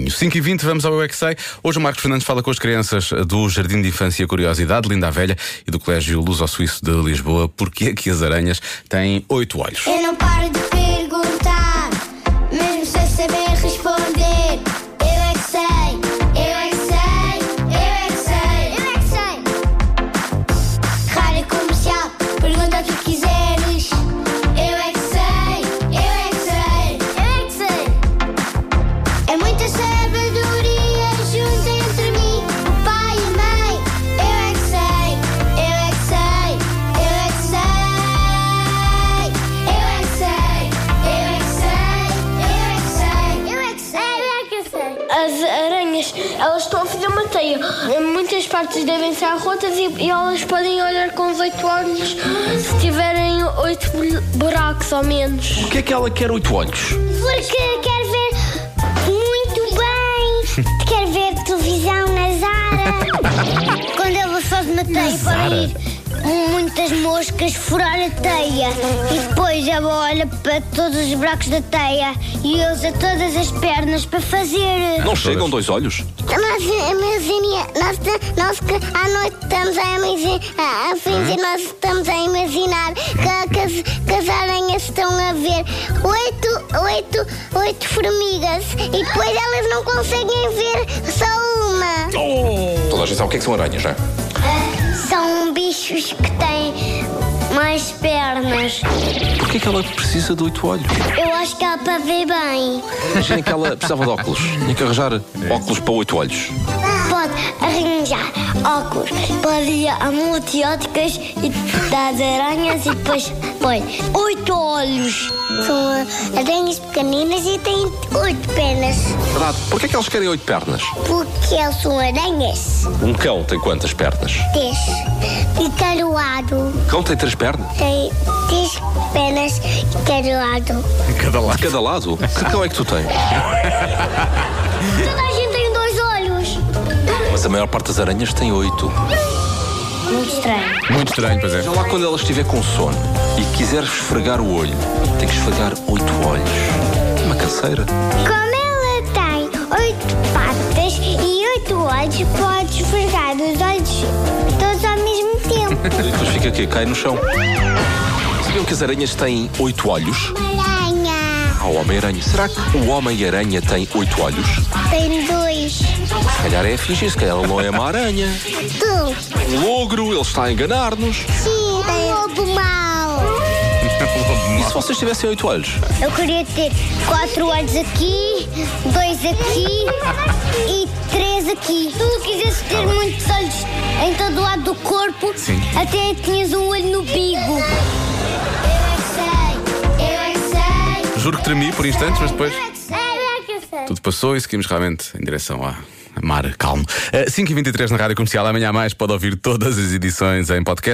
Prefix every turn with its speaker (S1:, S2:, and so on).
S1: certinho. 5 e 20 vamos ao UXA. Hoje o Marcos Fernandes fala com as crianças do Jardim de Infância Curiosidade, Linda a Velha, e do Colégio Luso-Suíço de Lisboa, porque aqui as aranhas têm oito olhos.
S2: Eu não paro de perguntar, mesmo sem saber responder. Eu é que sei, eu é que sei, eu é que sei, eu é que sei. Rádio comercial, pergunta o que quiseres. Eu é que sei, eu é que sei, eu é que sei. É muita sabedoria junto entre mim, o pai e a mãe. Eu é que sei, eu é que sei, eu é que sei. Eu é que sei, eu é que sei, eu é que sei, eu é que sei, eu é que sei.
S3: As aranhas, elas estão a fazer uma teia. Muitas partes devem ser rotas e, e elas podem olhar com os oito olhos se tiverem oito bur- buracos ou menos.
S4: O que é que ela quer oito olhos?
S2: Porque quer ver muito bem, quer ver televisão na Zara. Quando ela faz uma teia, podem ir muitas moscas furar a teia. E depois ela olha para todos os buracos da teia e usa todas as pernas para fazer.
S4: Não chegam dois olhos?
S2: Então Nós, imagina, nós, nós que à noite estamos a imaginar, a, a fingir, nós estamos a imaginar que, que, as- que as aranhas estão a ver oito, oito, oito formigas e depois elas não conseguem ver só uma.
S4: Toda a gente sabe o que é que são aranhas, já?
S2: São bichos que têm mais pernas.
S4: Por que é que ela precisa de oito olhos?
S2: Eu acho que é para ver bem.
S4: Imagina que ela precisava de óculos. Tinha que arranjar é. óculos para oito olhos.
S2: Pode arranjar óculos, pode ir a multióticas e das aranhas e depois põe oito olhos. São aranhas pequeninas e têm oito pernas.
S4: Verdade. Por que é que elas querem oito pernas?
S2: Porque elas são aranhas.
S4: Um cão tem quantas pernas?
S2: Três. E caroado.
S4: Cão tem três pernas?
S2: Tem três pernas e caroado.
S1: Cada lá.
S4: De cada lado? Que cão é que tu tens?
S2: Toda a gente tem dois olhos.
S4: Mas a maior parte das aranhas tem oito.
S2: Muito estranho.
S1: Muito estranho, pois é.
S4: Já lá quando ela estiver com sono e quiser esfregar o olho, tem que esfregar oito olhos. Uma canseira.
S2: Como ela tem oito patas e oito olhos, pode esfregar os olhos todos ao mesmo tempo.
S4: E depois fica aqui, cai no chão. Sabiam que as aranhas têm oito olhos?
S2: Aranha
S4: Há o Homem-Aranha. Será que o Homem-Aranha tem oito olhos?
S2: tem dois.
S4: Se calhar é a fingir, se calhar ele não é uma aranha.
S2: Tu,
S4: Um ogro, ele está a enganar-nos.
S2: sim, tem Um lobo mau.
S4: E se vocês tivessem oito olhos?
S2: Eu queria ter quatro olhos aqui, dois aqui e três aqui. Se tu quisesse ter muitos olhos em todo o lado do corpo,
S1: Tá Sim.
S2: até tinhas um olho no bigo. Eu é que sei,
S1: Juro que tremi por instantes, mas depois
S2: eu é que sei, eu é que sei.
S1: tudo passou e seguimos realmente em direção à. Mar, calmo. Eh, 5h23 na Rádio Comercial. Amanhã a mais pode ouvir todas as edições em podcast.